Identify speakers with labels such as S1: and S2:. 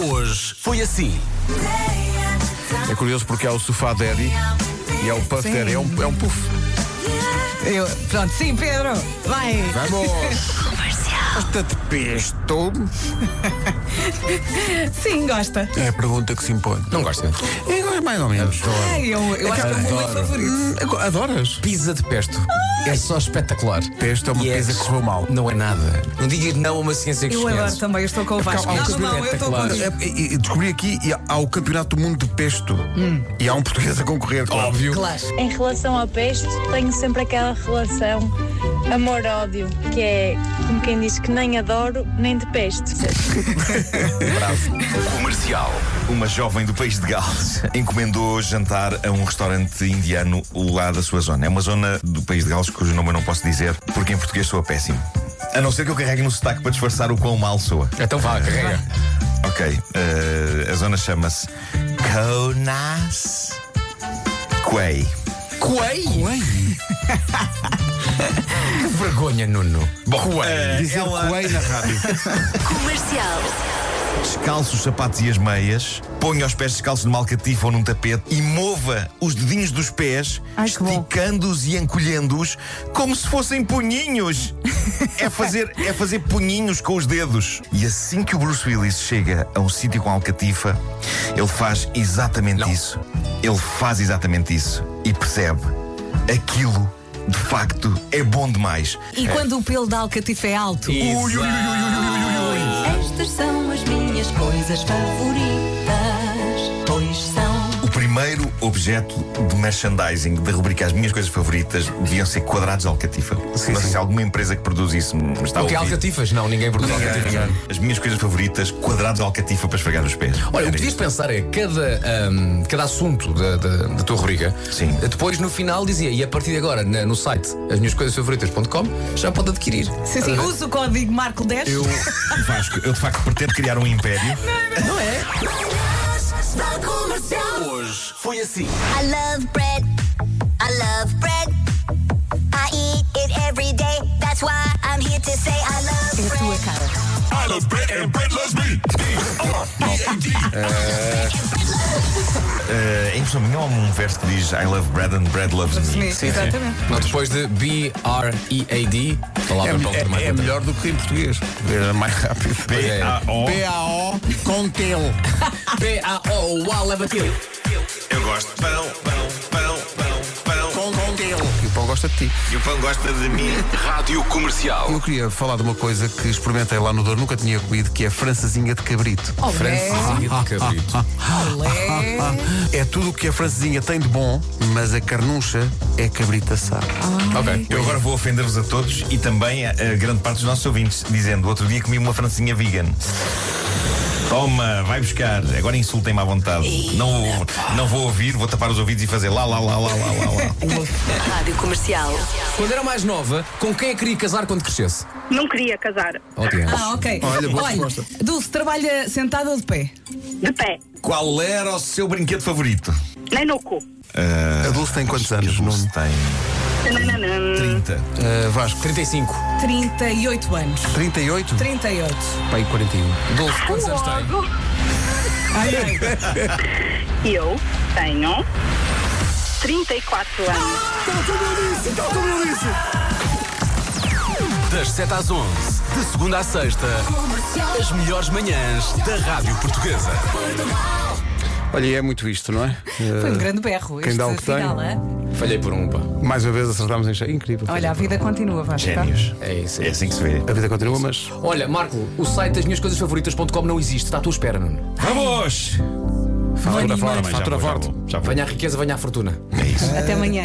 S1: hoje foi assim. É curioso porque há o sofá daddy e há o puff
S2: Sim.
S1: daddy. É um, é um puff.
S2: Eu- pronto, sim, Pedro, vai.
S1: Vamos! Esta-te pesto.
S2: Sim, gosta.
S1: É a pergunta que se impõe.
S3: Não gosta?
S1: É mais ou menos.
S2: Ai, eu eu acho que é o meu
S1: Adoro.
S2: favorito.
S1: Hum, agora- Adoras?
S3: Pizza de pesto. É só espetacular.
S1: Pesto é uma
S3: E
S1: coisa que correu mal.
S3: Não é nada. Não digas não a uma ciência que
S2: Eu adoro
S3: desconheces.
S2: também, eu estou com o Vasco.
S3: há um
S2: Não,
S3: campeonato
S2: não, eu estou
S3: espetacular.
S2: contigo.
S1: É, e- e Descobri aqui e há- há o Campeonato do Mundo de Pesto. E há um português a concorrer. claro.
S3: Óbvio.
S2: Claro.
S4: Em relação ao peste, tenho sempre aquela relação amor-ódio, que é como quem diz que nem adoro nem detesto.
S5: Comercial. Uma jovem do país de Gales encomendou jantar a um restaurante indiano lá da sua zona. É uma zona do país de Gales cujo nome eu não posso dizer, porque em português soa péssimo. A não ser que eu carregue no sotaque para disfarçar o quão mal soa.
S3: Então vá, carrega.
S5: Ok, eh, a zona chama-se Conas Quay.
S3: Coei! que vergonha, Nuno.
S5: Bom, eh,
S1: Dizer
S5: ela-
S1: coelho na rádio.
S5: Descalço os sapatos e as meias, ponha os pés descalços numa alcatifa ou num tapete e mova os dedinhos dos pés,
S2: Ai, que bom.
S5: esticando-os e encolhendo-os como se fossem punhinhos. é, fazer, é fazer punhinhos com os dedos. E assim que o Bruce Willis chega a um sítio com alcatifa, ele faz exatamente isso. Ele faz exatamente isso e percebe aquilo. De facto, é bom demais.
S2: E quando o pelo da Alcatifa é alto?
S3: Ui, ui, ui, ui, ui, ui, ui, ui.
S6: Estas são as minhas coisas favoritas, pois são.
S5: O primeiro objeto de merchandising da rubrica As Minhas Coisas Favoritas deviam ser quadrados de alcatifa. Não sei se alguma empresa que produz isso me está a
S3: O que
S5: ouvir. É,
S3: é alcatifas? Não, ninguém produz alcatifas.
S5: As minhas coisas favoritas, quadrados de alcatifa para esfregar os pés.
S3: Olha, o
S5: Era
S3: que devias
S5: isso.
S3: pensar é cada, ahm, cada assunto da, da- da tua rubrica.
S5: Sim.
S3: Depois no final dizia, e a partir de agora, na- no site as minhas coisas favoritas.com, já pode adquirir.
S2: Sim, sim, usa o código Marco 10.
S5: Eu, Vasco, eu de facto pretendo criar um império.
S2: é?
S1: Hoje foi assim.
S7: I love bread. I love bread. I eat it every day. That's why I'm here to say I love
S2: É a
S7: bread.
S2: tua cara.
S5: Eh, em versão minha, há um verso que diz I love bread and bread loves me.
S2: Sim, exatamente.
S3: Não, depois de B-R-E-A-D,
S1: É,
S3: palavra para outra
S1: é-
S3: mais
S1: é
S3: outra.
S1: melhor do que em português. Era mais rápido.
S3: é.
S5: B-A-O.
S1: B-A-O com teu.
S3: B-A-O-U-A, leva teu.
S5: Eu gosto de pão, pão, pão, pão, pão.
S1: Com teu. E o Paulo gosta de ti.
S5: E o pão gosta de mim.
S8: Rádio Comercial.
S1: Eu queria falar de uma coisa que experimentei lá no Douro, nunca tinha comido, que é a francesinha de cabrito.
S3: Francesinha de cabrito.
S1: É tudo o que a francesinha tem de bom, mas a carnuncha é cabrito assado.
S3: Ok.
S5: Eu agora vou ofender-vos a todos e também a, a grande parte dos nossos ouvintes, dizendo: outro dia comi uma francinha vegan. Toma, vai buscar. Agora insultem-me à vontade. Não, vou- não vou ouvir, vou tapar os ouvidos e fazer lá, lá, lá, lá, lá, lá, lá.
S6: Rádio Comercial.
S3: Quando era mais nova, com quem eu queria casar quando crescesse?
S9: Não queria casar.
S3: Ok.
S2: Ah, ok.
S1: Olha, boa
S2: Olha,
S1: resposta.
S2: Dulce, trabalha sentada ou de pé?
S9: De pé.
S5: Qual era o seu brinquedo favorito?
S9: Nem no cu.
S1: A Dulce tem quantos anos,
S5: Dulce
S1: Nuno?
S5: tem
S9: Nananã.
S5: 30.
S1: Ah, Vasco,
S3: 35.
S2: 38 anos.
S1: 38?
S2: 38.
S1: Pai, 41.
S3: Dulce, quantos anos tem?
S2: Ai, ai.
S9: Eu tenho 34 anos.
S8: Das 7 às 11, de segunda à sexta, as melhores manhãs da Rádio Portuguesa.
S1: Olha, e é muito isto, não é?
S2: Foi um grande berro.
S1: Quem
S2: este
S1: dá o que
S2: final, é?
S1: tem.
S2: hã?
S3: Falhei por um, pá.
S1: Ah, Mais uma vez acertámos em cheio. Incrível.
S2: Olha, a vida continua, Vasco. tá?
S5: Génios.
S3: É isso.
S5: É assim que se vê.
S1: A vida continua, mas.
S3: Olha, Marco, o site das minhas coisas favoritas.com não existe, está à tua espera, Nuno.
S5: Vamos!
S1: Fatura forte.
S5: Já
S1: Fatura
S5: vou, já
S1: forte.
S5: vou, já vou.
S3: Venha a riqueza, venha a fortuna.
S5: É isso.
S2: Até amanhã.